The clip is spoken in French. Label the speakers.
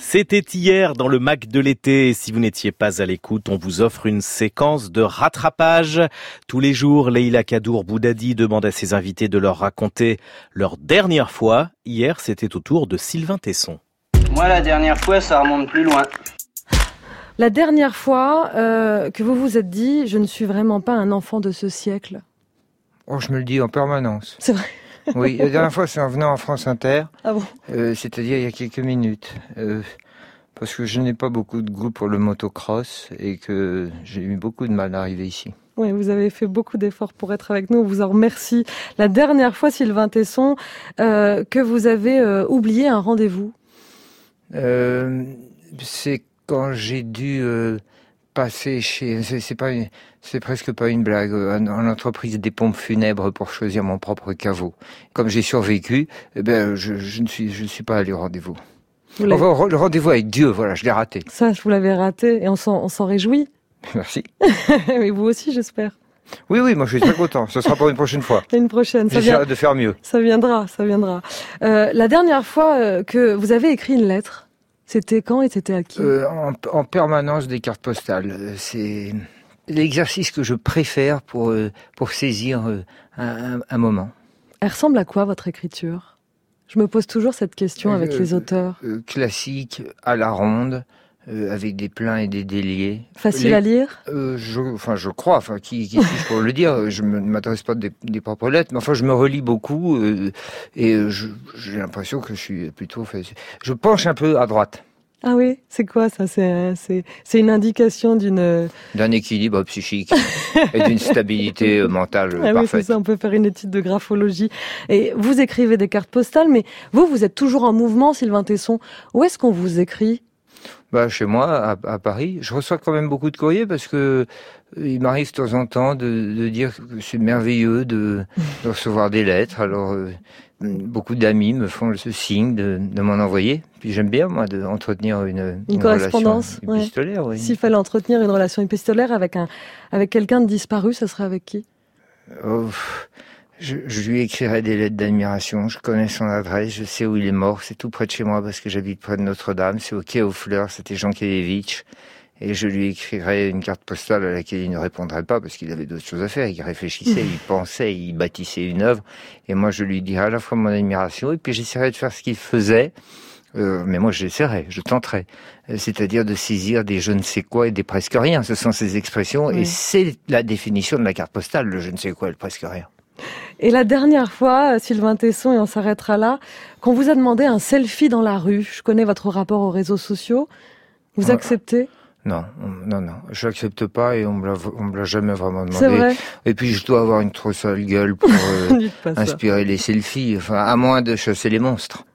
Speaker 1: C'était hier dans le Mac de l'été. Si vous n'étiez pas à l'écoute, on vous offre une séquence de rattrapage. Tous les jours, Leila Kadour Boudadi demande à ses invités de leur raconter leur dernière fois. Hier, c'était au tour de Sylvain Tesson.
Speaker 2: Moi, la dernière fois, ça remonte plus loin.
Speaker 3: La dernière fois euh, que vous vous êtes dit, je ne suis vraiment pas un enfant de ce siècle.
Speaker 4: Oh, je me le dis en permanence.
Speaker 3: C'est vrai.
Speaker 4: Oui, la dernière fois, c'est en venant en France Inter,
Speaker 3: Ah bon
Speaker 4: euh, c'est-à-dire il y a quelques minutes. euh, parce que je n'ai pas beaucoup de goût pour le motocross et que j'ai eu beaucoup de mal à arriver ici.
Speaker 3: Oui, vous avez fait beaucoup d'efforts pour être avec nous. On vous en remercie. La dernière fois, Sylvain Tesson, euh, que vous avez euh, oublié un rendez-vous.
Speaker 4: Euh, c'est quand j'ai dû euh, passer chez. C'est c'est pas, une- c'est presque pas une blague. euh, En, en entreprise des pompes funèbres pour choisir mon propre caveau. Comme j'ai survécu, eh ben, je, je ne suis, je ne suis pas allé au rendez-vous.
Speaker 3: Vous l'avez-
Speaker 4: Enfin, au re- le rendez-vous avec Dieu, voilà, je l'ai raté.
Speaker 3: Ça, je vous l'avais raté et on s'en on s'en réjouit.
Speaker 4: Merci.
Speaker 3: Mais vous aussi, j'espère.
Speaker 4: Oui, oui, moi je suis très content. Ce sera pour une prochaine fois.
Speaker 3: À une prochaine. Ça, vient-
Speaker 4: J'essaierai de faire mieux.
Speaker 3: ça viendra, ça viendra. Euh, la dernière fois euh, que vous avez écrit une lettre, c'était quand et c'était à qui
Speaker 4: Euh, en, en permanence des cartes postales. Euh, C'est l'exercice que je préfère pour, euh, pour saisir euh, un, un- un moment.
Speaker 3: Elle ressemble à quoi votre écriture Je me pose toujours cette question avec
Speaker 4: Euh,
Speaker 3: les auteurs.
Speaker 4: Euh, classique, à la ronde, euh, avec des pleins et des déliés.
Speaker 3: Facile
Speaker 4: les-
Speaker 3: à lire
Speaker 4: Euh, je, enfin, je crois, enfin, qui, qui suis-je pour le dire Je me- ne m'adresse pas des, des propres lettres, mais enfin, je me relis beaucoup euh, et euh, je- j'ai l'impression que je suis plutôt... fait- Je penche un peu à droite,
Speaker 3: Ah oui, c'est quoi ça C'est euh, c'est- c'est une indication d'une... euh,
Speaker 4: d'un équilibre psychique et d'une stabilité euh, mentale
Speaker 3: Ah
Speaker 4: euh,
Speaker 3: oui, c'est
Speaker 4: parfaite.
Speaker 3: ça, on peut faire une étude de graphologie. Et vous écrivez des cartes postales, mais vous, vous êtes toujours en mouvement, Sylvain Tesson. Où est-ce qu'on vous écrit
Speaker 4: Bah, chez moi, à, à Paris, je reçois quand même beaucoup de courriers parce que euh, il m'arrive de temps en temps de, de dire que c'est merveilleux de, de recevoir des lettres. Alors, euh, beaucoup d'amis me font ce signe de, de m'en envoyer. Puis j'aime bien, moi, de entretenir une, relation
Speaker 3: correspondance, ouais.
Speaker 4: épistolaire. oui.
Speaker 3: S'il fallait entretenir une relation épistolaire avec, un, avec quelqu'un de disparu, ça serait avec qui
Speaker 4: Oh, pff, je, je lui écrirai des lettres d'admiration. Je connais son adresse, je sais où il est mort. C'est tout près de chez moi parce que j'habite près de Notre-Dame. C'est au quai aux Fleurs. C'était Jean Kelevitch. Et je lui écrirai une carte postale à laquelle il ne répondrait pas parce qu'il avait d'autres choses à faire. Il réfléchissait, il pensait, il bâtissait une œuvre. Et moi, je lui dirai à la fois mon admiration et puis j'essaierai de faire ce qu'il faisait. Euh, mais moi, j'essaierai, je tenterai. Euh, C'est-à-dire de saisir des je ne sais quoi et des presque rien. Ce sont ces expressions et
Speaker 3: Oui.
Speaker 4: c'est la définition de la carte postale, le je ne sais quoi et le presque rien.
Speaker 3: Et la dernière fois, euh, Sylvain Tesson, et on s'arrêtera là, qu'on vous a demandé un selfie dans la rue. Je connais votre rapport aux réseaux sociaux. Vous
Speaker 4: Ouais.
Speaker 3: acceptez
Speaker 4: Non, on- non, non, je n'accepte pas et on me l'a- on me l'a jamais vraiment
Speaker 3: C'est
Speaker 4: demandé.
Speaker 3: vrai
Speaker 4: Et puis, je dois avoir une trop sale gueule pour euh,
Speaker 3: Dites pas ça.
Speaker 4: inspirer les selfies, enfin, à moins de chasser les monstres.